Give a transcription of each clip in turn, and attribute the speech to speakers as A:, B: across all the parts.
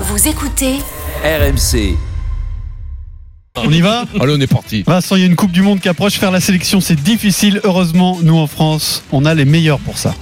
A: Vous écoutez
B: RMC.
C: On y va
D: Allez, on est parti.
C: Vincent, il y a une Coupe du Monde qui approche. Faire la sélection, c'est difficile. Heureusement, nous en France, on a les meilleurs pour ça.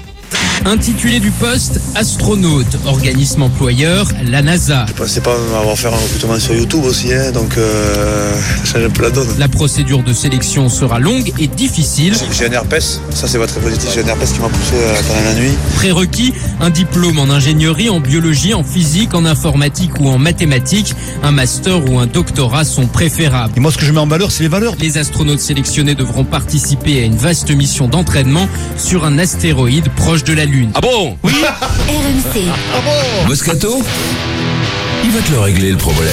E: Intitulé du poste, astronaute, organisme employeur, la NASA.
F: Je pensais pas avoir fait un recrutement sur YouTube aussi, hein, donc euh, ça change un peu la donne.
E: La procédure de sélection sera longue et difficile.
F: J'ai un herpès, ça c'est pas très positif, j'ai un herpès qui m'a poussé euh, pendant la nuit.
E: Prérequis, un diplôme en ingénierie, en biologie, en physique, en informatique ou en mathématiques. Un master ou un doctorat sont préférables.
G: Et moi, ce que je mets en valeur, c'est les valeurs.
E: Les astronautes sélectionnés devront participer à une vaste mission d'entraînement sur un astéroïde proche de la Lune.
D: Ah bon
A: RMC.
B: Moscato Il va te le régler le problème.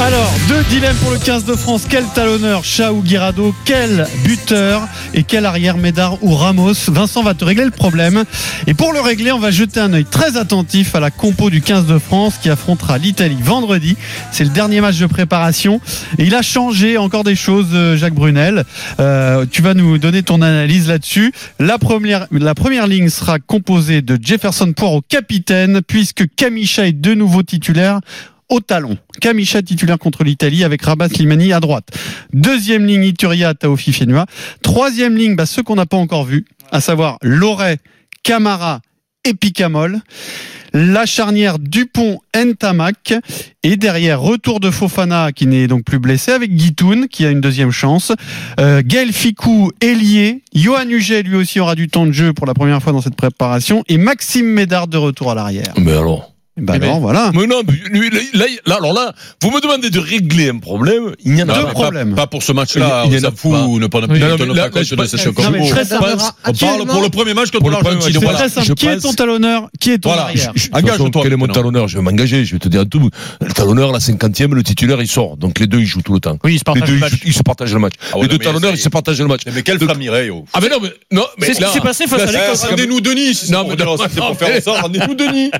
C: Alors, deux dilemmes pour le 15 de France. Quel talonneur, chat ou Guirado Quel buteur Et quel arrière, Médard ou Ramos Vincent va te régler le problème. Et pour le régler, on va jeter un œil très attentif à la compo du 15 de France qui affrontera l'Italie vendredi. C'est le dernier match de préparation. Et il a changé encore des choses, euh, Jacques Brunel. Euh, tu vas nous donner ton analyse là-dessus. La première, la première ligne sera composée de Jefferson Poirot, capitaine, puisque Kamicha est de nouveau titulaire au talon. Kamicha titulaire contre l'Italie avec Rabat Slimani à droite. Deuxième ligne Ituria Taofi Fenua. Troisième ligne, bah, ceux qu'on n'a pas encore vus, à savoir Loret, Camara et Picamol. La charnière Dupont Ntamak et derrière retour de Fofana qui n'est donc plus blessé avec Guitoun qui a une deuxième chance. Euh, Gaël Ficou ailier, Johan Huget lui aussi aura du temps de jeu pour la première fois dans cette préparation et Maxime Médard de retour à l'arrière.
D: Mais alors
C: Et bah
D: Eh ben,
C: alors, voilà.
D: Mais non, mais lui, là, là, là, alors là, vous me demandez de régler un problème. Il n'y en a
C: Deux
D: pas.
C: problèmes.
D: Pas pour ce match-là.
H: Il y- il
D: on
H: y en a
D: s'en fout.
H: pas.
D: on ne parle plus.
H: Oui.
D: on
H: Non, mais
D: ne
H: là,
D: parle pas
H: là,
D: sur
H: je
D: la session
H: pense-
D: comme
C: non, mais
D: vous.
C: très
D: On
C: simplement,
D: parle- On parle pour le premier match contre
H: Pour le premier
D: l'Argentine.
H: match,
C: C'est
D: Voilà.
C: très simple.
H: je
C: qui est
H: pense-
C: ton talonneur Qui est ton
D: Voilà.
C: arrière
D: Je- je-
H: Engage-toi
D: Quel est mon
H: maintenant.
D: talonneur Je vais m'engager. Je vais te dire à tout. Le talonneur, la cinquantième, le titulaire, il sort. Donc les deux, ils jouent tout le temps.
H: Oui, il se
D: Les deux,
H: partage
D: ils jouent- ils se partagent le match.
I: Ah ouais,
D: Les deux
I: non, mais ça
D: talonneurs,
I: y
D: ils
I: est.
D: se partagent le match.
I: Mais quelle
D: Donc-
I: flamme Mireille oh.
D: Ah mais non, mais non, mais
H: C'est ce
D: là-
H: qui s'est passé face
D: là, eh,
H: à l'Écosse.
D: c'est- oh,
H: Comme-
I: Rendez-nous Denis si
D: Non,
I: on
D: mais
I: dira
D: non,
I: cette
D: non,
I: conférence, rendez-nous Denis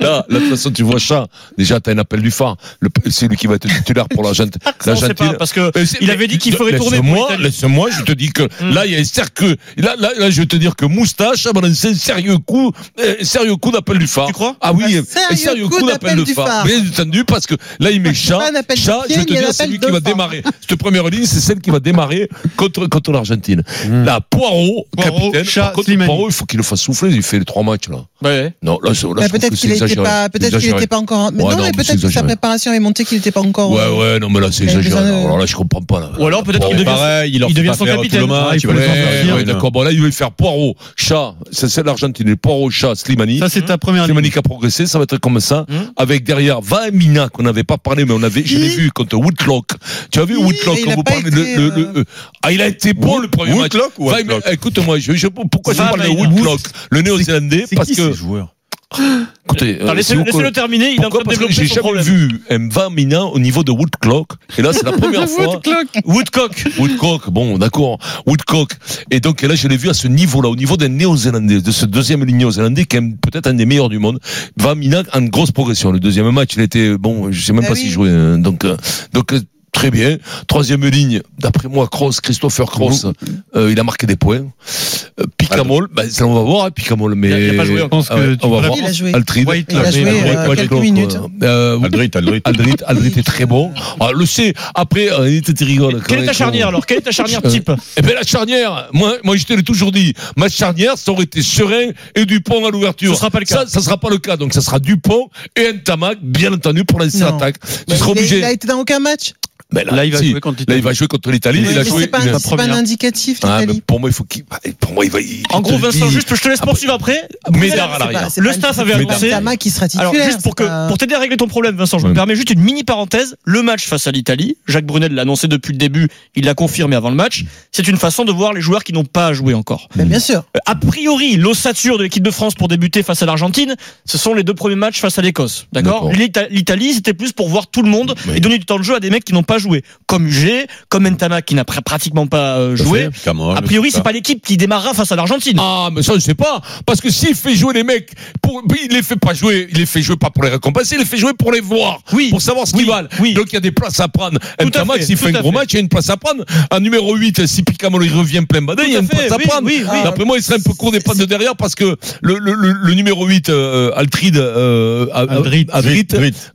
D: Là, là, de toute façon, tu vois ça. Déjà, t'as un appel du phare. Le- C'est lui qui va être titulaire pour l'Argentine.
H: on sait pas, parce que il avait dit qu'il ferait tourner pour
D: Moi,
H: l'Italie.
D: Euh,
H: Mm.
D: laisse-moi, je te dis que là, il y a un cercle. Là, là, là, je vais te dire que Moustache a balancé un sérieux coup, un sérieux coup d'appel du phare.
H: Tu crois
D: Ah oui, un
J: sérieux coup d'appel
D: du
J: du
D: phare.
J: phare.
D: Bien entendu, parce que là, il met chat.
J: pas un appel de
D: Chat, je
J: pied,
D: vais te
J: mais un
D: dire, c'est
J: appel
D: lui
J: de
D: qui va
J: phare.
D: démarrer. Cette première ligne, c'est celle qui va démarrer contre, contre l'Argentine.
H: Mm.
D: Là, Poirot,
C: Poirot,
D: capitaine.
C: Chat,
D: Par contre,
C: Slimani.
D: Poirot, il faut qu'il le fasse souffler. Il fait les trois matchs, là. Non, là, c'est- là,
J: Bah,
D: je trouve
J: peut-être
D: que
J: qu'il
D: c'est
J: n'était
D: exagéré.
J: pas, peut-être qu'il
D: Exagéré.
J: était pas encore. Mais
D: Ouais, non,
J: non, mais
D: mais c'est
J: peut-être que sa
D: exagéré.
J: préparation est montée qu'il n'était pas encore.
D: Ouais,
J: euh,
D: ouais, non, mais là, c'est
J: Il a
D: exagéré.
J: besoin de-
D: Alors là, je comprends pas. Là.
H: Ou alors peut-être
D: Bon,
H: qu'il
D: ouais,
H: devient-
I: Pareil, il, leur
H: il
I: fait
H: devient
I: pas
H: son
I: faire
H: capitaine.
I: Tout le
C: Ah, il
I: match,
C: faut
I: il va
C: les
I: faire
C: en sortir.
D: Ouais,
I: faire,
D: d'accord. Bon, là, il veut faire Poirot, Chat, c'est c'est l'Argentine, Poirot, Chat, Slimani.
C: Ça, c'est ta première ligne.
D: Slimani qui a progressé, ça va être comme ça. Avec derrière Vamina, qu'on n'avait pas parlé, mais on avait, je l'ai
J: Hi.
D: vu contre Woodlock. Tu as vu
J: Hi,
D: Woodlock
J: et il
D: quand
J: a
D: vous
J: pas
D: parlez
J: été,
D: de. le- le- le- Ah, il a été bon le premier match.
I: Woodlock ou
D: Vamina-
I: Woodlock
D: Écoute-moi, je, je- pourquoi je parle de
H: Vamina.
D: Woodlock, le néo-zélandais Parce que.
I: joueur
D: Écoutez,
H: Attends,
D: euh,
H: laissez-
D: si vous
H: Laissez-le terminer, il est en train
D: Pourquoi Parce
H: de
D: que
H: développer
D: j'ai
H: son
D: jamais
H: problème.
D: vu un Vamina au niveau de Woodcock. Et là, c'est la première fois.
H: Woodcock.
D: Woodcock, bon, d'accord. Woodcock. Et donc, et là, je l'ai vu à ce niveau-là, au niveau d'un néo-zélandais, de ce deuxième ligne néo-zélandais, qui est peut-être un des meilleurs du monde. Vamina, en grosse progression. Le deuxième match, il était, bon, je sais même
H: Bah
J: Ah
D: pas
J: oui.
D: s'il jouait. hein. Donc, euh, donc, euh, Très bien. Troisième ligne, d'après moi, Cross, Christopher Cross, euh, il a marqué des points. Euh, Picamol, ben, ça, on va voir, hein, Picamol, mais.
H: Il a- il a pas joué
C: Je pense que
D: Ah ouais,
C: tu
D: on va
C: devrais-
D: voir.
J: Il a joué.
D: Altrid.
J: Il a joué, euh, quelques minutes.
D: Euh, oui,
I: Aldrit, Aldrit.
D: Aldrit, Aldrit est très bon. Ah, le C, après, euh, il était tu rigoles.
H: Quelle est ta charnière alors Quelle est ta charnière type
D: Eh bien, la charnière, moi, moi je te l'ai toujours dit, ma charnière, ça aurait été Serein et Dupont à l'ouverture.
H: Ce sera pas le cas.
D: Ça, ça sera pas le cas. Donc, ça sera Dupont et Ntamak, bien entendu, pour lancer
J: Non.
D: l'attaque. Tu
J: mais
D: seras
J: il, a,
D: obligé.
J: il a été dans aucun match.
D: Mais
C: Là, il va
D: si.
C: jouer contre
D: Là,
C: l'Italie.
D: il va jouer contre l'Italie.
J: Mais
D: Il a
J: c'est
D: joué.
J: pas,
D: il a-
J: un- c'est pas un
C: première.
J: indicatif,
D: Ah, mais
J: l'Italie.
D: pour moi, il faut qu'il. Pour moi, il va. il- je
H: En
D: te
H: gros,
D: le
H: Vincent,
D: dis.
H: juste, je te
I: Ah,
H: laisse
I: bah,
H: poursuivre après.
D: Médard à l'arrière.
J: C'est pas- Bah, c'est
H: Le
J: pas
H: staff avait
J: c'est
D: annoncé-
J: pas Tama qui sera titulaire.
H: Alors, juste pour,
J: c'est
H: que,
J: pas-
H: pour t'aider à régler ton problème, Vincent, je me
D: Oui.
H: permets juste une mini parenthèse. Le match face à l'Italie, Jacques Brunel l'a annoncé depuis le début, il l'a confirmé avant le match. C'est une façon de voir les joueurs qui n'ont pas joué encore.
J: Mais bien sûr.
H: Euh, A priori, l'ossature de l'équipe de France pour débuter face à l'Argentine, ce sont les deux premiers matchs face à l'Écosse. D'accord
D: D'accord.
H: L'Ita- L'Italie, c'était plus pour voir tout le monde
D: Oui.
H: et donner du temps de jeu à des mecs qui n'ont pas pas joué. Comme UG, comme Entama qui n'a pr- pratiquement pas euh, joué. A priori, c'est pas l'équipe qui démarrera face à l'Argentine.
D: Ah, mais ça, je sais pas. Parce que s'il fait jouer les mecs, pour, il les fait pas jouer, il les fait jouer pas pour les récompenser, il les fait jouer pour les voir.
A: Ah,
H: Oui.
D: Pour savoir ce
H: Oui.
D: qu'ils valent.
H: Oui.
D: Donc, il y a des places à prendre.
H: à
D: Entama,
H: fait.
D: s'il fait
H: Tout
D: un
H: à
D: gros
H: fait.
D: match, il y a une place à prendre. En numéro 8, si Picamolo, il revient plein badin, il y a
H: Tout à
D: une
H: fait.
D: place à
H: Oui,
D: prendre.
H: oui, oui.
D: D'après moi, il serait un peu court des pattes de derrière parce que le, le, le, le numéro 8, euh, Altrid, euh,
C: Aldrit.
D: Aldrit,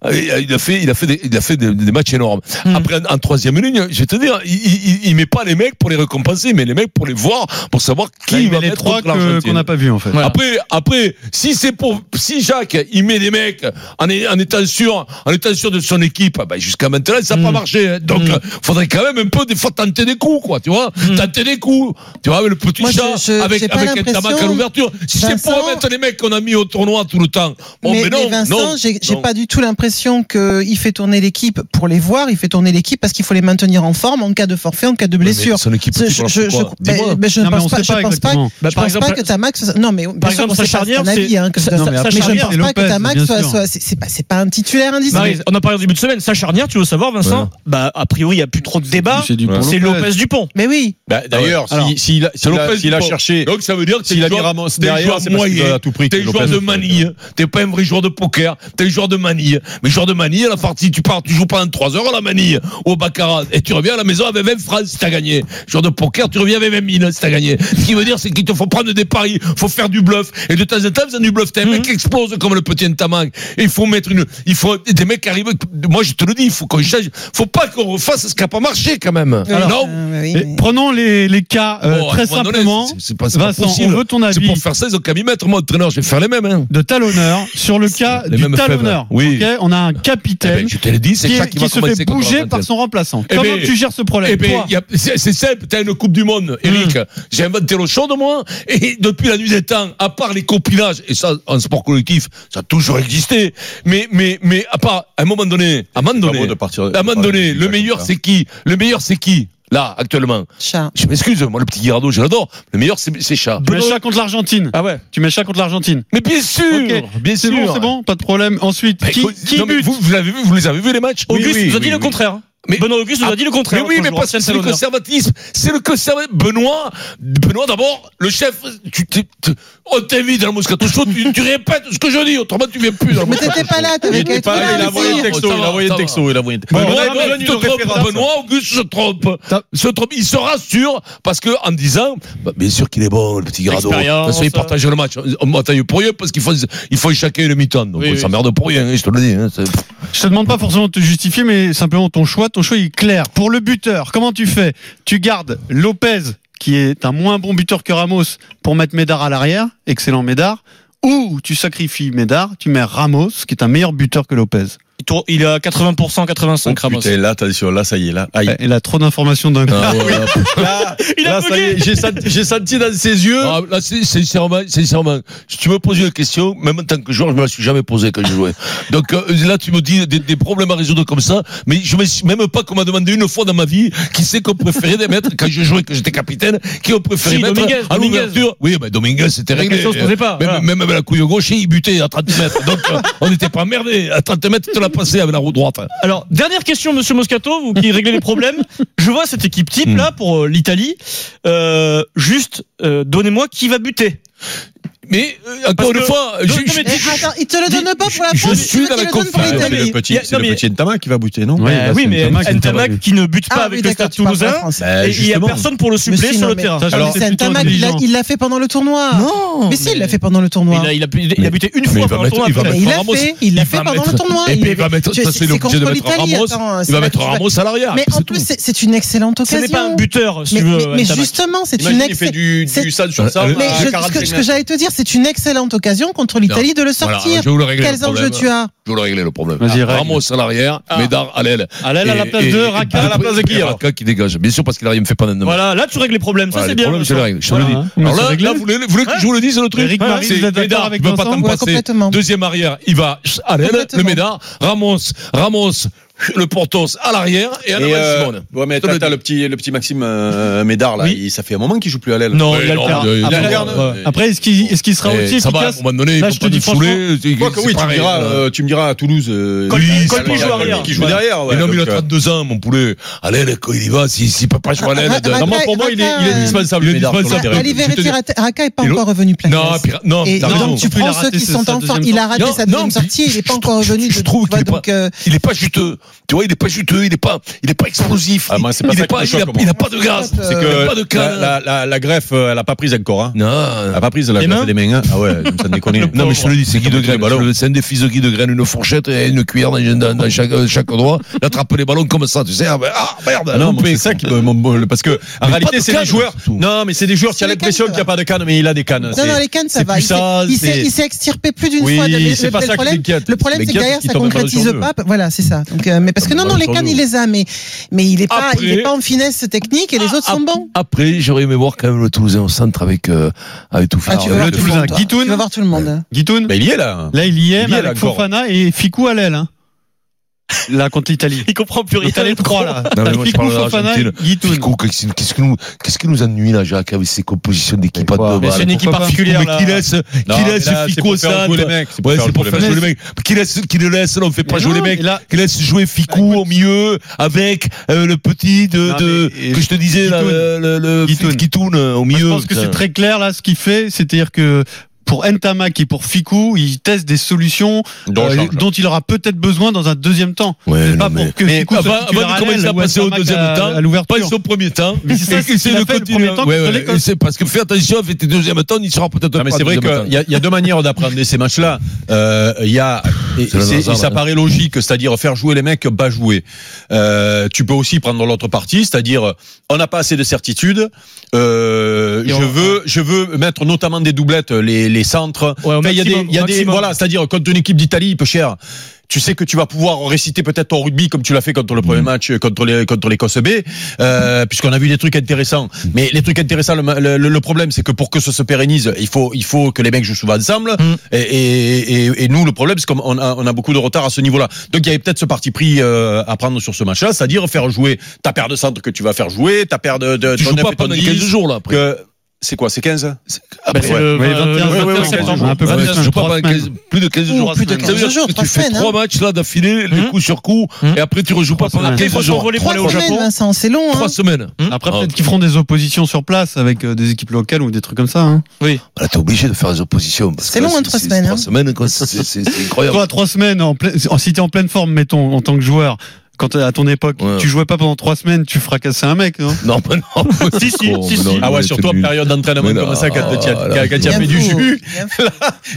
D: euh, il a fait, il a fait des, il a fait des, des matchs énormes.
H: Mhm.
D: Après, en, en troisième ligne, je vais te dire, il, il, il met pas les mecs pour les récompenser, mais les mecs pour les voir, pour savoir qui
C: Là, Bah, il
D: va
C: met les
D: mettre
C: trois
D: contre
C: que-
D: l'Argentine.
C: qu'on n'a pas vu en fait.
H: Voilà.
D: Après, après, si c'est pour, si Jacques, il met des mecs en, est- en étant sûr, en étant sûr de son équipe, bah, jusqu'à maintenant, ça n'a
J: Mm.
D: pas marché. hein. Donc, euh, faudrait quand même un peu, des fois, tenter des coups, quoi, tu vois. Tenter des coups. Tu vois, avec le petit
J: Mm. Moi, je-
D: chat,
J: je-
D: avec,
J: j'ai pas
D: avec un
J: l'impression,
D: tamac à l'ouverture. Si c'est pour
J: Vincent-
D: mettre les mecs qu'on a mis au tournoi tout le temps.
H: Oh,
D: Bon, mais,
J: mais,
D: non,
J: mais Vincent,
D: non.
J: j'ai j'ai
D: non.
J: pas du tout l'impression qu'il fait tourner l'équipe pour les voir, il fait tourner l'équipe parce qu'il faut les maintenir en forme en cas de forfait, en cas de
D: Mais
J: blessure.
D: Son équipe,
J: Je,
D: tu
J: je,
D: penses
J: je,
D: quoi
J: ben,
D: Dis-moi.
J: ben, je ne
C: Non, mais on
J: pense pas,
C: sait
J: je
C: pas
J: pense pas,
C: exactement.
J: je
H: par
J: pense
H: exemple,
J: pas que Tamac, soit- non mais par
H: exemple,
J: c'est
H: sa
J: pas
H: charnière,
J: son avis,
H: c'est-
J: hein, que je
H: sa- sa-
J: donne.
H: sa
J: mais je ne
H: charnière,
J: pense
C: c'est
J: pas que
C: Lopez,
J: Tamac
C: bien
J: soit,
C: sûr.
J: soit- c'est c'est pas, c'est pas un titulaire
H: Marie,
J: indiscutable.
H: on en parlait au début de semaine. Sa charnière, tu veux savoir, Vincent Bah, a priori, il n'y a plus trop de débat.
A: C'est du
D: Ouais.
A: pour
H: C'est
C: Lopez.
H: Lopez Dupont.
J: Mais oui,
D: Ah
A: Bah, D'ailleurs,
C: Alors,
A: si- s'il a-
D: c'est
A: s'il a
D: Lopez
A: s'il a
D: Dupont.
A: cherché,
D: Donc, ça veut dire que
A: s'il a mis Ramos
D: t'es un
A: derrière,
D: joueur
A: c'est parce qu'il
D: moyen,
A: a tout pris.
D: T'es
A: Lopez.
D: joueur de manille, t'es pas un vrai joueur de poker, t'es joueur de manille. Mais joueur de manille, à la partie, tu pars, tu joues pendant 3 heures à la manille, au baccarat, et tu reviens à la maison avec 20 francs si t'as gagné. Joueur de poker, tu reviens avec 20 000 si t'as gagné. Ce qui veut dire, c'est qu'il te faut prendre des paris, faut faire du bluff. Et de temps en temps, c'est du bluff, t'as un mec
A: Mhm.
D: qui explose comme le petit Ntamak. Et il faut mettre une, il faut des mecs qui arrivent, moi je te le dis, il faut qu'on change, faut pas qu'on refasse ce qui a pas marché quand même.
J: Oui,
D: non.
J: euh, oui,
C: Et
J: mais-
C: prenons les, les cas euh,
D: Bon, à un
C: très
D: moment donné,
C: simplement.
D: c'est- c'est pas- c'est pas
C: Vincent, on
D: possible.
C: veut ton
D: C'est
C: avis
D: pour faire ça, ils ont qu'à m'y mettre, moi, entraîneur, je vais faire les mêmes. Hein.
C: de talonneur sur le cas
D: les
C: du
D: mêmes
C: talonneur.
D: faibles. Oui.
C: ok on a un
D: Eh
C: capitaine
D: ben, je te l'ai dit, c'est
C: qui, est-
D: Jacques qui,
C: qui
D: va
C: se fait
D: commencer contre
C: bouger
D: l'Argentine.
C: par son remplaçant.
D: Eh
C: Comment
D: ben,
C: tu gères ce problème
D: Eh ben,
C: toi
D: y a- c'est c'est simple, t'as une Coupe du Monde,
C: Hmm.
D: Eric. J'ai inventé l'eau chaude, moi. Et depuis la nuit des temps, à part les copilages, et ça, en sport collectif, ça a toujours existé. Mais, mais, mais, à part, à un moment donné, à un moment
A: Pas
D: donné,
A: beau de partir.
D: à un moment donné, le meilleur, c'est qui? Le meilleur, c'est qui? Là, actuellement.
J: chat.
D: Je m'excuse, moi, le petit Girardeau, je l'adore. Le meilleur, c'est c'est Chat.
C: Tu mets ça contre l'Argentine.
H: Ah ouais.
C: Tu mets ça contre l'ArgentIne
D: Mais bien sûr!
C: Ok.
D: Bien
C: C'est
D: sûr!
C: bon, c'est bon, pas de problème. Ensuite,
D: Mais
C: qui,
D: écoute,
C: qui
D: non, mais
C: bute
D: vous, vous l'avez vu, vous les avez vus, les matchs?
H: Auguste nous a dit le
D: contraire.
H: contraire.
D: Mais-
H: Benoît Auguste nous
D: Ah,
H: a dit le contraire.
D: Mais oui,
H: Quand
D: mais
H: je
D: parce que
H: retiens
D: c'est
H: le
D: le
H: talonneur.
D: conservatisme. C'est le conservatisme. Benoît, Benoît d'abord, le chef, tu, t'es- t'es- on t'invite dans le Moscato Show, tu, tu répètes ce que je dis, autrement tu viens plus dans le
J: Mais
D: Moscato
J: t'étais
D: Show.
J: pas là, t'avais qu'à
A: Il
J: être là.
A: il a envoyé
J: aussi.
A: le texto,
D: Ça va,
A: il a envoyé
D: ça
A: le
D: va.
A: texto, il a envoyé le texto.
D: Benoît,
A: On avait
D: Benoît,
A: besoin
D: tu
A: d'une
D: te trompes,
A: référence.
D: Benoît, Auguste se trompe. se trompe. Il se rassure parce que en disant, bah, bien sûr qu'il est bon, le petit Grado. De toute
H: Expérience.
D: façon, il partage le match. On m'attaque pour rien parce qu'il faut, il faut chacun une mi-temps. Donc
H: Oui,
D: on
H: oui.
D: s'emmerde pour rien, hein, je te le dis. hein, c'est-
C: Je te demande pas forcément de te justifier, mais simplement ton choix. Ton choix il est clair. Pour le buteur, comment tu fais Tu gardes Lopez, qui est un moins bon buteur que Ramos, pour mettre Médard à l'arrière. Excellent Médard. Ou tu sacrifies Médard, tu mets Ramos, qui est un meilleur buteur que Lopez.
H: Il tourne- Il est à 80%, 85
A: Oh,
H: Ramos.
A: Putain, là, attention, là, ça y est, là. Aïe.
C: Il a trop d'informations d'un coup.
D: Ah, ouais, là,
A: Là,
H: Il a
A: là, ça y
H: bugué.
A: est, j'ai senti, j'ai senti dans ses yeux.
D: Ah, là, c'est- sincèrement, sincèrement, si tu me poses une question, même en tant que joueur, je me la suis jamais posée quand je jouais. Donc euh, là, tu me dis des, des problèmes à résoudre comme ça, mais je me suis même pas qu'on m'a demandé une fois dans ma vie qui c'est qu'on préférait des mettre quand je jouais, que j'étais capitaine, qui on préférait
H: Si,
D: mettre
H: Dominguez,
D: à
H: Dominguez.
D: l'ouverture. Oui, mais Dominguez, c'était
H: La
D: réglé.
A: euh,
H: question se posait pas.
D: Même,
H: voilà.
D: même avec la couille gauche, il butait à 30 mètres. Donc, euh, on n'était pas emmerdé. À 30 mètres, tu l'as passé avec la roue droite.
H: Alors, dernière question, monsieur Moscato, vous qui réglez les problèmes. Je vois cette équipe
A: Hmm.
H: type, là, pour euh, l'Italie. Euh, juste, euh, donnez-moi qui va buter.
D: Mais, euh, encore
H: Parce
D: une
H: que-
D: fois, je,
H: Non,
D: je-
H: mais
J: Eh, Attends, il te le donne pas pour la
D: je
J: France,
D: suis
J: il te
D: dans la
J: le donne pour
D: conférence.
A: Bah, C'est le
J: l'Italie.
A: petit,
H: y a-
A: c'est
H: non,
A: le
H: mais-
A: petit Ntamak qui va buter, non?
C: Ouais,
H: Euh,
C: là,
H: oui,
C: c'est
H: mais
C: Ntamak qui est
H: Ntamak
C: intervenu.
H: qui ne bute pas
J: Ah
H: avec
J: oui,
H: le
J: d'accord,
H: Stade
J: tu parles pas
H: Toulousain.
J: français.
A: Bah,
H: Et il n'y a
A: justement.
H: personne pour le
J: Mais
H: suppléer
J: si,
H: sur
J: non,
H: le
J: mais-
H: terrain.
C: Ça, je
A: Alors-
C: trouve que
J: C'est
C: c'est
J: un
C: plutôt
J: tamac, il l'a-
C: intelligent.
J: il l'a fait pendant le tournoi.
H: Non
J: Mais si, il l'a fait pendant le
H: Mais
J: tournoi.
H: il a, il a- il a buté une
D: Mais
H: fois
D: il va
H: pendant le
D: mettre-
H: tournoi.
D: il va
J: Mais
D: mettre
J: il l'a
D: Ramos.
J: fait, il l'a
D: Il
J: fait
D: va
J: pendant le
D: mettre-
J: tournoi.
D: Et puis, il
J: avait-
D: va mettre,
J: Tu-
D: ça,
J: c'est-
D: c'est
J: c'est
D: l'objet de mettre
J: contre l'Italie,
D: Ramos.
J: attends, c'est
D: Il va
J: pas
D: mettre
J: tout-
D: Ramos à l'arrière.
J: Mais
D: c'est
J: en
D: tout.
J: plus, c'est- c'est une excellente
H: Ce
J: occasion.
H: n'est pas un buteur, si
J: mais,
H: tu veux.
J: mais- mais
H: Ntamak.
J: justement, c'est une
A: Imagine, il fait
J: excellente.
A: du,
J: c'est-
A: du sale sur
D: Mais
A: ça.
D: je-
J: Mais
A: à
J: je- ce
A: 45
J: que, ce que j'allais te dire, c'est une excellente occasion contre l'Italie de le
D: Voilà,
J: sortir.
D: je vais vous le régler, le
J: Quels enjeux
D: problème.
J: tu as
D: Je vais le régler le problème. Ah,
C: Vas-y, règle.
D: Ramos à l'arrière, Médard à l'aile.
H: À l'aile, à Ah la
D: Et-
H: place
D: et-
H: de
D: et-
H: Raka.
D: et-
A: À la place de qui,
D: et
A: alors
D: Raka qui dégage. Bien sûr, parce qu'il arrive, me fait pas d'anneau.
H: Voilà, là tu règles les problèmes, ça c'est
D: les
H: bien.
D: problèmes, je les règle. Je te le dis.
C: Voilà. Mais
D: Alors
C: c'est
D: là,
C: réglé.
D: là, vous voulez, vous voulez que je vous le dise, le truc?
C: Eric Marie,
D: C'est
C: vous êtes d'accord
D: Médard,
C: avec
D: il veut pas
C: Vincent
D: t'en
J: Ouais,
D: passer.
J: complètement.
D: Deuxième arrière, il va à l'aile, le
J: Complètement.
D: Médard. Ramos, Ramos, le Portos à l'arrière et à
A: Et,
D: l'avant
A: euh,
D: Simone.
A: ouais, mais
D: te le
A: t'as, t'as
D: dis.
A: le petit, le petit Maxime euh, Médard, là.
H: Oui.
A: il- ça fait un moment qu'il joue plus à l'aile.
H: Non,
D: Mais
H: il
D: non,
H: alterne.
D: il
H: Après,
A: alterne.
H: euh,
C: Après, est-ce qu'il est-ce qu'il sera
D: Eh,
C: aussi
D: ça va, à un
C: efficace
D: moment donné,
C: Là,
D: il
C: je
D: faut
C: te
D: pas
C: dis
D: nous saouler. c'est-
A: Quoique,
D: c'est
A: oui, tu me,
D: pareil,
A: diras,
D: euh,
A: euh, tu me diras à Toulouse. euh,
H: Colpi-
A: il-
H: Colpi
A: il-
H: joue
A: il-
H: arrière.
A: Qui joue
H: Voilà.
A: derrière, ouais.
D: mais non, mais il a
A: donc, euh,
D: 32 ans, mon poulet. À l'aile, quand il y va, si, si papa joue à l'aile. de-
J: Non,
A: Non, moi, pour moi, il est,
J: euh,
A: il est indispensable.
D: Il est
A: Médard, sur le
D: indispensable.
A: terrain.
J: À l'hiver,
D: Je te dis-
J: Raka n'est pas
D: Et
J: encore revenu plein.
D: Non,
J: gaz.
D: puis- non,
J: Et
D: t'as
C: non,
D: raison.
J: donc
C: Il
J: tu
C: a
J: prends
C: raté
J: ceux qui
C: sa
J: sont
C: deuxième
J: en forme. Il a raté
D: sortie.
J: sa
D: Non,
J: deuxième
D: puis-
J: sortie, il n'est pas
D: je-
J: encore
D: je-
J: revenu.
D: je
J: de-
D: trouve
J: tu vois,
D: qu'il est
J: donc, euh,
D: Il est pas juteux. Tu vois, il est pas juteux, il est pas, il est pas explosif.
A: Ah, moi, c'est pas
D: il
A: ça
D: est
A: qui me
D: pas, il
A: choque,
D: a,
A: moi.
D: il a pas de grâce.
J: C'est
A: C'est
D: il a
A: que
D: pas de
A: la,
D: canne.
A: la, la, la greffe, euh, elle a pas prise encore. Hein. Elle
D: Non.
A: a pas prise la
H: Les mains
A: greffe des mains. hein. Ah ouais, ça me déconne.
D: Non, mais je te le dis, c'est Guy de Graine.
A: Bah, alors.
D: Le- C'est un des fils de Guy de Graine, une fourchette et une cuillère dans, dans- dans chaque, euh, chaque doigt. Il attrape les ballons comme ça, tu sais. Ah, ben, ah, merde.
A: Ah non,
D: loupé.
A: moi, c'est ça qui me mon- mon- parce que en
D: Mais pas
A: réalité
D: de
A: c'est des
D: canne,
A: joueurs.
D: surtout.
A: Non, mais c'est des joueurs
J: C'est
A: qui a
J: les
A: l'impression
J: cannes,
A: qu'il n'y a pas de canne, mais il a des cannes.
J: Non,
A: C'est-
J: non, les cannes, ça
A: c'est
J: va.
A: plus
J: Il s'est-
A: ça,
J: il s'est
A: c'est-
J: il s'est extirpé plus d'une
A: Oui,
J: fois. de-
A: c'est
J: le-
A: pas
J: le
A: ça qui
J: problème-
A: m'inquiète.
J: Le problème,
A: Ce qui
J: c'est que
A: m'inquiète, c'est
J: derrière,
A: qu'il
J: ça
A: tombe dans le
J: concrétise
A: jeu.
J: pas. Voilà, c'est ça. Donc, euh, mais parce que non,
D: tombe
J: non,
D: dans
J: les
D: le
J: cannes,
D: jeu.
J: il les a, mais, mais il est pas, il est
D: Après-
J: pas en finesse technique et les autres sont bons.
D: Après, j'aurais aimé voir quand même le Toulousain au centre avec, euh, avec Euh, tout
J: Ah, tu vas
C: le
J: voir tout le
C: Toulousain,
J: monde. toi.
C: Guitoun.
J: Tu vas voir tout le monde.
C: Guitoun
A: Bah, il y est
D: hein.
A: là.
C: Là, il y est,
A: Il y
C: mais
A: est, là,
C: avec
A: encore.
C: Fofana et Ficou à l'aile. Hein. Là, contre l'Italie.
H: Il comprend plus rien.
C: Donc, T'as les trois, là.
D: Non, mais
C: T'as
D: moi, je
C: Ficou,
D: parle de
C: Fofana et
D: l'Argentine.
C: Guitoun.
D: Fico, qu'est-ce qu'est-ce que nous, qu'est-ce qui nous ennuie là, Jacques, avec ces compositions d'équipe à
A: Mais
D: deux
A: quoi
D: balles
H: Mais c'est une équipe
C: pourquoi pas
H: particulière,
D: Mais
H: là.
D: qui laisse,
A: Non,
D: qui
A: mais
D: laisse
A: là, c'est
D: Fico
A: pour faire
D: ça
A: jouer les mecs. c'est pour
D: Ouais, c'est pour
A: jouer
D: faire
A: les
D: jouer
A: mecs.
D: les mecs. Qui laisse, qui le laisse, là, on fait pas
C: Mais
D: jouer les
C: non,
D: mecs.
C: mais là- Bah,
D: Qui laisse jouer Ficou au milieu, avec, euh, le petit de,
C: Non,
D: de-
C: mais-
D: que je te disais, là,
C: Guitoun.
D: le, le, le-
C: Guitoun.
D: Guitoun, euh, au
C: Moi, Bah, je
D: milieu.
C: pense que
D: putain.
C: c'est très clair là ce qu'il fait, c'est-à-dire que pour Ntamak et pour Ficou, il teste des solutions
A: De
C: euh,
A: rechange.
C: dont il aura peut-être besoin dans un deuxième temps.
D: Ouais,
C: C'est
D: non,
C: pas
D: hein. mais-
C: pour que
D: Mais ah, bah,
C: Ficou
D: avant-
C: soit titulaire
D: avant de
C: à
D: commencer
C: l'aile
D: à
C: ou
D: passer au
C: Ntamak
D: deuxième
C: à-
D: temps,
C: à l'ouverture.
D: Pas son premier temps.
C: Mais c'est ça,
D: Et
C: c'est ce qu'il a fait le premier temps
D: Ouais,
C: contre
D: ouais,
C: l'Écosse.
D: et c'est parce que fais attention, fais tes deuxième temps, il sera peut-être
A: Non, mais
D: pas
A: c'est vrai
D: deuxième temps.
A: qu'il y, a- il y a deux manières d'apprendre ces matchs-là. Euh, Il y a, et,
D: C'est le
A: c'est-
D: hasard,
A: et ça
D: hein.
A: paraît logique, c'est-à-dire faire jouer les mecs, pas jouer. Euh, tu peux aussi prendre l'autre partie, c'est-à-dire on n'a pas assez de certitude. Euh,
H: Et
A: je
H: on-
A: veux, je veux mettre notamment des doublettes, les, les centres.
H: Ouais, au
A: Enfin, Il y a des,
H: maximum,
A: il y a
H: au
A: des
H: maximum.
A: voilà, c'est-à-dire contre une équipe d'Italie, peu cher. Tu sais que tu vas pouvoir réciter peut-être ton rugby comme tu l'as fait contre le
D: Mm.
A: premier match euh, contre les contre l'Écosse B, euh, puisqu'on a vu des trucs intéressants.
D: Mm.
A: Mais les trucs intéressants, le, ma- le- le problème, c'est que pour que ça se pérennise, il faut il faut que les mecs jouent souvent ensemble.
D: Mm.
A: Et, et, et, et nous, le problème, c'est qu'on a, on a beaucoup de retard à ce niveau-là. Donc il y avait peut-être ce parti pris euh, à prendre sur ce match-là, c'est-à-dire faire jouer ta paire de centres que tu vas faire jouer, ta paire de, de
D: Tu
A: ton
D: joues
A: neuf
D: pas
A: et ton
D: pendant
A: 10,
D: 15 jours, là, après.
A: que- c'est quoi, c'est 15
D: Ah,
H: Bah, c'est
A: Ouais.
H: le
C: Oui,
H: 21,
C: 21,
H: 21
A: ouais, ouais,
H: septembre.
C: un peu
D: Ouais,
C: plus,
D: je joue pas
C: trois
D: pendant
C: semaines.
D: 15 plus de 15
J: Ouh,
D: jours. à
J: plus de
D: semaine.
J: 15
D: Ça veut dire
J: jours,
D: que
J: trois
D: tu fais
J: semaines, hein.
D: trois matchs là d'affilée, les
H: Hum.
D: coups sur coups,
H: Hum.
D: et après tu rejoues pas pendant
C: semaines.
D: 15
H: Franchement,
D: jours.
H: volé pour
J: Trois
H: aller au
J: semaines,
H: Japon.
J: Vincent, c'est long. Hein.
D: Trois semaines.
C: Après,
D: Ah,
C: peut-être
D: ok.
C: qu'ils feront des oppositions sur place avec euh, des équipes locales ou des trucs comme ça. Hein.
D: Là, t'es obligé de faire des oppositions. parce
J: C'est
D: que
J: long,
D: là,
J: hein,
D: c'est-
J: trois
D: c'est-
J: semaines,
D: Trois
J: hein.
D: semaines, quoi. C'est- C'est c'est- c'est incroyable.
C: Toi, trois semaines, en plein, en- si t'es en pleine forme, mettons, en tant que joueur, quand à ton époque,
D: Ouais.
C: tu jouais pas pendant trois semaines, tu fracasses un mec. hein. Non
D: Non, mais non.
H: Si, si,
D: Oh,
H: si,
D: mais
H: si.
D: non,
A: Ah
D: mais
A: ouais,
D: t'es
A: surtout en
D: nul.
A: période d'entraînement
D: Mais
A: comme
D: là,
A: ça, quand tu
D: là,
A: as,
D: là,
A: fait du
J: Bien fou,
A: jus,
J: bien fou.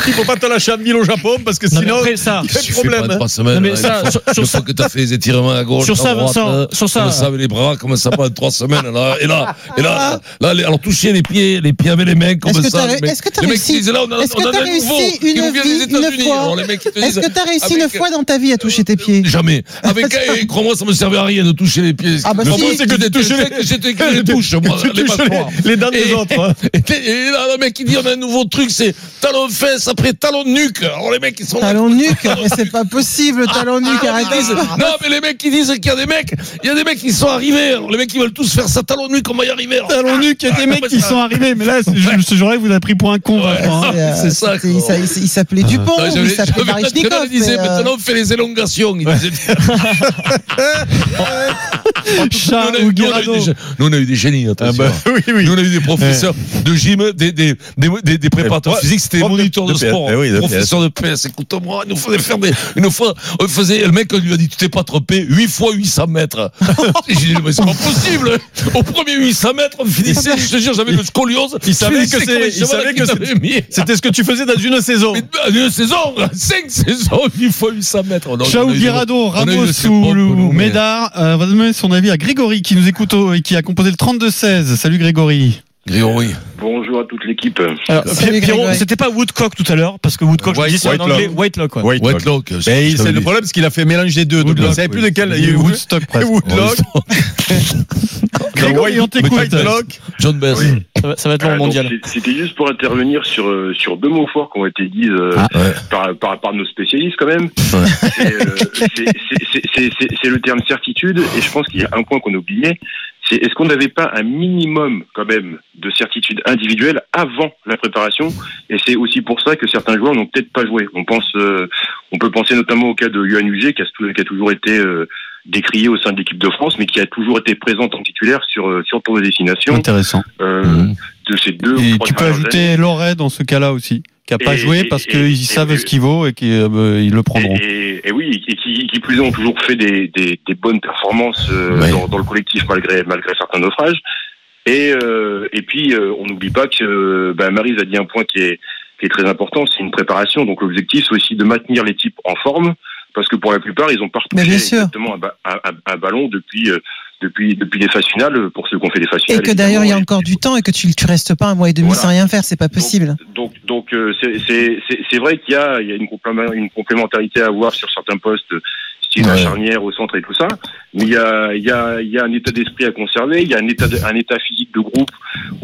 A: il faut pas te lâcher à mille au Japon parce que
H: Non, mais
A: sinon,
H: après, ça,
A: Quel
D: Tu fais pas
A: problème, hein.
D: de Trois
H: Non,
D: semaines. hein.
H: mais
D: là,
H: ça,
D: une
H: sur-
D: fois-
H: sur
D: une fois que t'as fait les étirements à gauche,
H: Sur
D: à
H: ça,
D: droite, euh,
H: Vincent,
D: là,
H: sur ça.
D: Comme ça, avec les bras, comme ça pendant trois semaines, là. Et là, et là, là, les- alors toucher les pieds, les pieds avec les mecs, comme
J: Ah. Est-ce que
D: ça.
J: t'as-
D: les mecs-
J: est-ce que t'as
D: les mecs
J: réussi-
D: qui disent, là, on en a-
J: est-ce que
D: on en a
J: t'as
D: un
J: réussi
D: nouveau qui
J: une
D: nous vient des
J: vie, une
D: États-Unis.
J: fois
A: hein.
D: Alors, les mecs, ils te
J: Est-ce
D: disent,
J: que t'as réussi
D: avec- euh,
J: une fois dans ta vie à toucher tes pieds
D: Jamais. Avec, et crois-moi, ça me servait à rien de toucher les pieds.
J: Ah bah
D: le
J: si.
D: problème, c'est que j'ai touché les J'étais que je les touche, moi, les mâchoires.
C: Ah, Les dames
D: Et-
C: hein.
D: Et, et là, le mec, il dit, on a un nouveau truc, c'est talon fesse après talon nuque. Alors, les mecs, ils sont là.
J: Talon nuque, mais c'est pas possible, le talon nuque, arrêtez.
D: Ah, Non, mais les mecs, ils disent qu'il y a des mecs, il y a des mecs qui sont arrivés. Alors, les mecs, ils veulent tous faire ça talon nuque, on va y arriver. Alors,
C: Talon nuque, il y a des
D: Ah,
C: mecs
D: bah,
C: qui
D: ça-
C: sont arrivés, mais là, ce ce jour-là, il vous a pris pour un con. vraiment, hein.
J: Et, euh,
D: C'est ça,
J: c'était- il s'a- Il s'a- il s'appelait Dupont,
D: Ah. Non, j'avais-
J: il s'appelait
D: j'avais l'entraîneur,
J: Baryshnikov.
D: il disait,
J: mais, euh,
D: maintenant, on fait les élongations. Il disait,
C: Chat
D: nous, on a
C: ou
D: eu- nous, on a eu
C: Guirado.
D: des gé- nous, on a eu des génies, attention.
A: Ah bah, oui, oui.
D: Nous, on a eu des professeurs de gym, des, des, des, des, des préparateurs
A: Ouais.
D: physiques, c'était des
A: Prof de-
D: moniteurs de,
A: de PS,
D: sport.
A: eh oui, de
D: professeurs de PS, écoute-moi, il nous faisait faire des, une fois, on faisait, le mec, on lui a dit, tu t'es pas trompé, 8 fois 800 mètres. Et J'ai dit, mais c'est pas possible. Au premier 800 mètres, on finissait, je te jure, j'avais le scoliose.
A: Il savait
D: Je finissais
A: que c'est-
D: comme un
A: il
D: cheval
A: savait
D: qui
A: que
D: t'avait
A: c'est-
D: mis.
A: c'était ce que tu faisais dans une saison.
D: Mais Une saison, 5 saisons, 8 fois 800 mètres. On a-
C: Chao
D: on a eu-
C: Guirado,
D: on a eu
C: Ramos
D: de ces
C: ou,
D: pompes, nous,
C: ou
D: mais-
C: Médard, euh, on va donner son avis à Grégory qui nous écoute au- et qui a composé le 32-16. Salut Grégory.
K: Grégory.
G: Bonjour à toute l'équipe.
H: Alors,
J: Salut,
H: Pierrot,
J: Grégory.
H: c'était pas Woodcock tout à l'heure, parce que Woodcock, je
D: White-
H: disais, c'est en
D: Whitelock.
H: anglais, Whitelock, quoi.
D: Whitelock.
K: Whitelock. euh,
D: Mais
K: je
D: il- c'est
K: t'avais
D: le
K: dit.
D: problème, c'est qu'il a fait mélange des deux. Donc,
K: Woodlock,
D: on savait plus
K: oui.
D: de quel.
K: Oui,
D: Il y a eu Woodstock,
C: Woodstock presque.
D: Woodlock,
C: Grégory, on t'écoute.
D: Whitelock.
K: John Bess.
G: Oui.
H: Ça va, ça va être long
D: Ah,
G: Euh,
H: au
G: donc,
H: mondial.
G: c'est- C'était juste pour intervenir sur, euh, sur deux mots forts qui ont été dits euh,
K: ouais.
G: par, par, par nos spécialistes quand même.
K: Ouais.
G: C'est, euh, c'est- c'est- c'est- c'est- c'est- c'est le terme certitude et je pense qu'il y a un point qu'on a oublié, c'est est-ce qu'on n'avait pas un minimum quand même de certitude individuelle avant la préparation et c'est aussi pour ça que certains joueurs n'ont peut-être pas joué. On pense, euh, on peut penser notamment au cas de Yohan Huger qui a, tou- qui a toujours été euh, décrié au sein de l'équipe de France mais qui a toujours été présente en titulaire sur, euh, sur tour des destinations.
C: Intéressant.
G: Euh, de ces deux.
C: Et
G: trois
C: tu peux
G: dernières années.
C: ajouter Loret dans ce cas-là aussi, qui a pas
G: Et-
C: joué
G: et-
C: parce
G: et-
C: qu'ils
G: et-
C: savent
G: et-
C: ce qu'il vaut et qu'ils euh, ils le prendront.
G: Et, et oui, et qui, qui plus est, ont toujours fait des, des, des bonnes performances euh,
K: Ouais.
G: dans, dans le collectif malgré, malgré certains naufrages. Et, euh, et puis, euh, on n'oublie pas que euh, ben, Marise a dit un point qui est, qui est très important, c'est une préparation. Donc l'objectif, c'est aussi de maintenir les types en forme, parce que pour la plupart, ils ont pas
J: Mais
G: retouché
J: bien sûr.
G: exactement un, ba- un- un- un ballon depuis, euh, depuis, depuis les phases finales, pour ceux qui ont fait les phases
J: Et
G: finales.
J: que d'ailleurs, il y a
G: évidemment.
J: encore du temps et que tu, tu restes pas un mois et demi
G: Voilà.
J: sans rien faire, c'est pas possible.
G: Donc, donc euh, c'est- c'est c'est- c'est vrai qu'il y a, il y a une, complém- une complémentarité à avoir sur certains postes, style la
K: Ouais.
G: charnière au centre et tout ça. Mais il y a, il y, a, il y a un état d'esprit à conserver, il y a un état, de- un état physique de groupe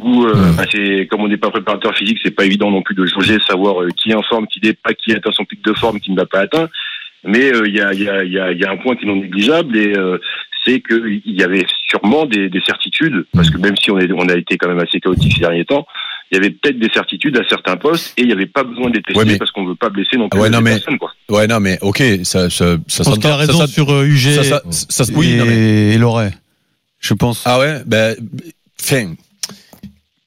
G: où, euh,
K: Hmm.
G: bah, c'est comme on n'est pas préparateur physique, c'est pas évident non plus de jauger, savoir euh, qui est en forme, qui n'est pas, qui atteint son pic de forme, qui ne l'a pas atteint. Mais euh, il y, a, il y, a, il y, a, il y a un point qui est non négligeable et euh, c'est qu'il y avait sûrement des, des certitudes, parce que même si on, est, on a été quand même assez chaotique ces derniers temps, il y avait peut-être des certitudes à certains postes et il n'y avait pas besoin de les tester
D: Ouais, mais- ah
G: parce qu'on ne veut pas blesser non plus
D: Ouais, non,
G: les
D: mais-
G: personnes. Quoi.
D: Ouais, non, mais ok, ça, ça, ça
C: Je pense qu'il a
D: s'entend.
C: raison
D: ça-
C: sur euh, UG
D: ça- ça- ça- ça- oui,
C: et,
D: non, mais-
C: et Loret. Je pense.
D: Ah ouais, ben, fin.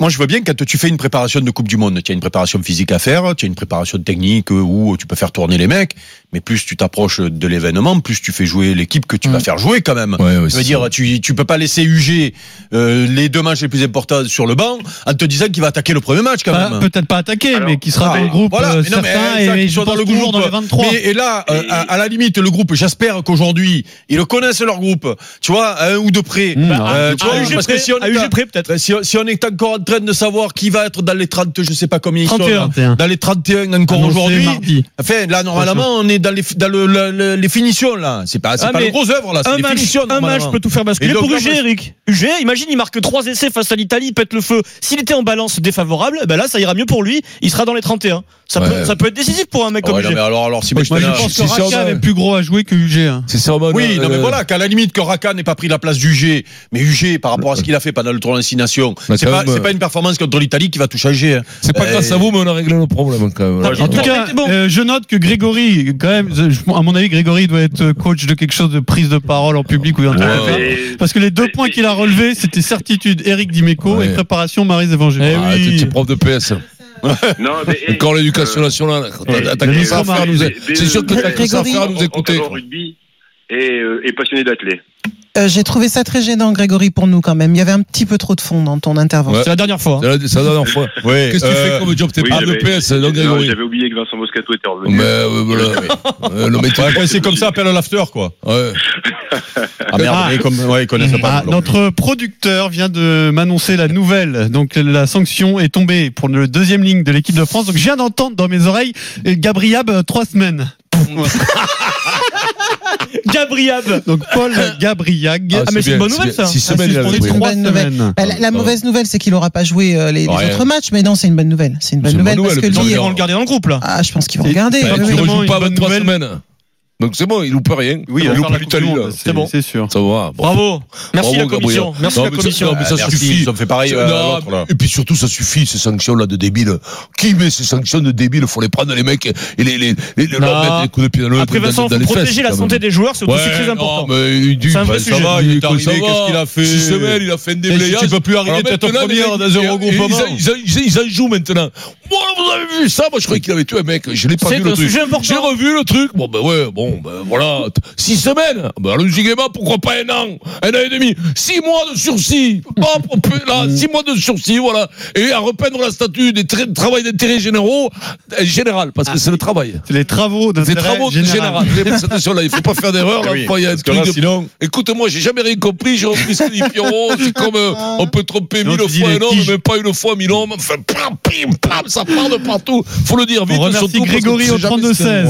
D: Moi, je veux bien quand tu fais une préparation de Coupe du Monde, tu as une préparation physique à faire, tu as une préparation technique euh, où tu peux faire tourner les mecs, mais plus tu t'approches de l'événement, plus tu fais jouer l'équipe que tu
C: Mm.
D: vas faire jouer quand même.
K: Ouais, ouais,
D: Je
K: c'est
D: veux dire, tu, tu peux pas laisser UG euh, les deux matchs les plus importants sur le banc en te disant qu'il va attaquer le premier match quand
C: Pas-
D: même.
C: Peut-être pas attaqué,
G: Alors,
C: mais qui sera
D: ah,
C: dans le groupe
D: voilà,
C: euh,
D: mais eh, non, mais,
C: certain
D: exact,
C: et
D: qu'ils
C: je
D: soient
C: pense
D: dans le
C: toujours
D: groupe.
C: dans les 23.
D: Mais- et là, euh,
G: Et-
D: à, à la limite, le groupe, j'espère qu'aujourd'hui, ils le connaissent leur groupe, tu vois, à un ou de près.
C: Mmh,
D: Euh,
H: Ah,
D: tu vois,
H: à UG
D: parce
H: près,
D: que si on
H: à
D: est
H: UG
D: à-
H: près, peut-être.
D: Euh, si, si on est encore en train de savoir qui va être dans les 30, je sais pas combien ils sont,
H: 31.
D: là, dans les 31 hein. encore
C: Annoncé
D: aujourd'hui.
C: mardi.
D: Enfin, là, normalement, on est dans les, dans le, le- le- les finitions, là. C'est pas, c'est
H: Ah,
D: pas
H: mais
D: les grosses œuvres, là. C'est
H: Un
D: les
H: match,
D: finitions,
H: un match
D: normalement.
H: peut tout faire basculer
D: Et donc,
H: pour
D: là,
H: UG,
D: moi,
H: Eric. UG, imagine, il marque 3 essais face à l'Italie, il pète le feu. S'il était en balance défavorable, ben là, ça ira mieux pour lui, il sera dans les 31. Ça,
K: Ouais.
H: peut, ça peut être décisif pour un mec
D: Ah ouais,
H: comme
D: non,
H: UG.
D: mais alors, alors, si
C: Moi, je
D: Mujtala-
C: pense que
K: si- si on
C: Raka
K: a-
C: avait plus gros à jouer que UG. hein.
K: C'est ça,
D: Oui, non mais voilà, qu'à la limite que Raka n'ait pas pris la place d'UG, mais UG par rapport à ce qu'il a fait pendant le tour d'instination,
K: Bah,
D: c'est
K: quand
D: pas,
K: même,
D: c'est pas une performance contre l'Italie qui va tout changer. hein.
K: C'est pas
D: Euh,
K: grâce à vous, mais on a réglé nos problèmes quand même.
H: T'as-
G: Ouais,
C: En tout
H: t'as-
C: cas,
H: t'as été bon.
C: euh, je note que Grégory, quand même, je- je- à mon avis, Grégory doit être coach de quelque chose de prise de parole en public ou un truc
K: Ouais.
C: comme ça.
G: Et-
C: Parce que les deux points qu'il a relevés, c'était certitude Eric Dimeco
K: Ouais.
C: et préparation Marie
H: Eh
C: Evangéliste.
K: Ah, t'es- t'es prof de PS.
G: non, mais- et-
K: Encore l'éducation
G: euh,
K: nationale. quand
G: et-
K: t'as- t'as que
G: et-
K: ça à faire,
G: et-
K: nous-
G: et-
K: C'est sûr que t'as que ça à
J: Grégory,
K: faire à nous
G: en-
K: écouter.
G: encore au rugby et, euh, et passionné d'athlètes.
J: Euh, J'ai trouvé ça très gênant, Grégory, pour nous quand même. Il y avait un petit peu trop de fond dans ton intervention.
K: Ouais.
H: C'est la dernière fois. hein.
K: C'est la- C'est la dernière fois.
D: Ouais,
K: Qu'est-ce que tu fais
D: euh,
K: comme job T'es
G: oui,
K: prof de
G: j'avais-
K: PS, donc
G: Non,
K: Grégory.
G: J'avais oublié que Vincent Moscato était revenu.
K: Mais euh, voilà. Euh, le métier.
D: ouais, c'est comme ça, appelle l'after quoi.
K: Ouais.
D: Ah merde,
C: Ah.
D: mais comme, ouais, ils connaissent
C: Ah,
D: pas.
C: notre producteur vient de m'annoncer la nouvelle. Donc la sanction est tombée pour le deuxième ligne de l'équipe de France. Donc je viens d'entendre dans mes oreilles euh, Gabriab euh, trois semaines.
H: Gabriel.
C: Donc Paul Gabriag.
K: Ah,
H: mais c'est
K: bien,
H: une bonne nouvelle,
K: bien.
H: ça.
K: Six
J: Ah,
K: semaines,
J: c'est
K: il a
J: une
K: joué.
J: bonne
C: trois
J: nouvelle.
C: semaines.
J: Bah, la, la
K: Ah,
J: mauvaise nouvelle, c'est qu'il aura pas joué euh, les, les
K: Ouais.
J: autres matchs, mais non, c'est une bonne nouvelle. C'est une bonne
K: C'est une bonne
J: nouvelle parce
K: nouvelle,
J: que
K: mais
J: lui,
H: Ils vont le garder dans le groupe, là.
J: ah, je pense qu'il va
C: C'est-
J: regarder.
K: Bah,
C: Ouais,
K: Tu
C: oui, vraiment
K: rejoues pas
C: une bonne
K: 23
C: nouvelle.
K: semaines. Donc c'est bon, il loupe rien.
C: Oui,
K: il
C: alors,
K: loupe
C: la Coupe du
K: l'Italie,
C: Monde,
K: là.
C: c'est bon, c'est sûr.
K: Ça va. bon.
H: Bravo. Merci
K: Bravo,
H: la commission.
K: Gabriel.
H: Merci
K: Non,
H: la
K: mais ça-
H: commission.
K: non, mais ça
D: Ah, merci,
K: suffit.
D: ça me fait pareil.
K: Ça-
D: euh,
K: non,
D: l'autre, là.
K: mais- et puis surtout, ça suffit, ces sanctions-là de débiles. Qui met ces sanctions de débiles Faut les prendre, les mecs, et les, les, les, les, leur mettre les coups de pied dans le
H: Après,
K: dans-
H: Vincent,
K: dans
H: faut
K: les
H: protéger
K: fesses,
H: la
K: quand
H: santé
K: même.
H: des joueurs, c'est
K: Ouais,
H: aussi très
K: non,
H: important.
K: mais il dit,
H: C'est un vrai
K: bah, ça
H: sujet.
K: va,
D: Il
K: il
D: est
K: est
D: arrivé,
K: ça va.
D: qu'est-ce qu'il a fait
K: Six semaines, il a fait un
D: Et si
K: déblayage.
D: tu peux plus arriver
K: Alors
D: tête
K: maintenant, les
D: première
K: mecs,
D: dans un
K: et-
D: regroupement.
K: et Ils, en- ils en- ils en- ils en jouent maintenant.
D: Bon, alors, vous avez vu ça Moi, je croyais qu'il avait tué un mec. Je l'ai pas
H: C'est
D: vu le
H: un
D: truc.
H: sujet important.
D: J'ai revu le truc. Bon, ben ouais, bon, ben voilà. T- Six semaines. Ben, le Gigema, pourquoi pas un an Un an et demi. Six mois de sursis. Pas pour plus, là, six mois de sursis, voilà. Et à repeindre la statue des tra- travail d'intérêt généraux, euh, général, parce
H: Ah.
D: que c'est le travail.
C: C'est les travaux
D: C'est
C: d'intérêt
D: travaux
C: général.
D: général. Attention là, il faut pas faire d'erreur. là. Enfin, il y a un
A: que là,
D: truc de-
A: sinon,
D: Écoute-moi, j'ai jamais rien compris, j'ai repris ce que dit Pierrot, c'est comme euh, on peut tromper
C: Non,
D: mille
C: tu dis
D: fois
C: les
D: un homme,
C: tiges.
D: mais pas une fois mille hommes, enfin, pam, pim, pam, ça part de partout, faut le dire
C: On
D: vite,
C: remercie
D: surtout parce que
C: Grégory
D: tu sais
C: au
D: jamais ce qu'il y a.
C: 32-16.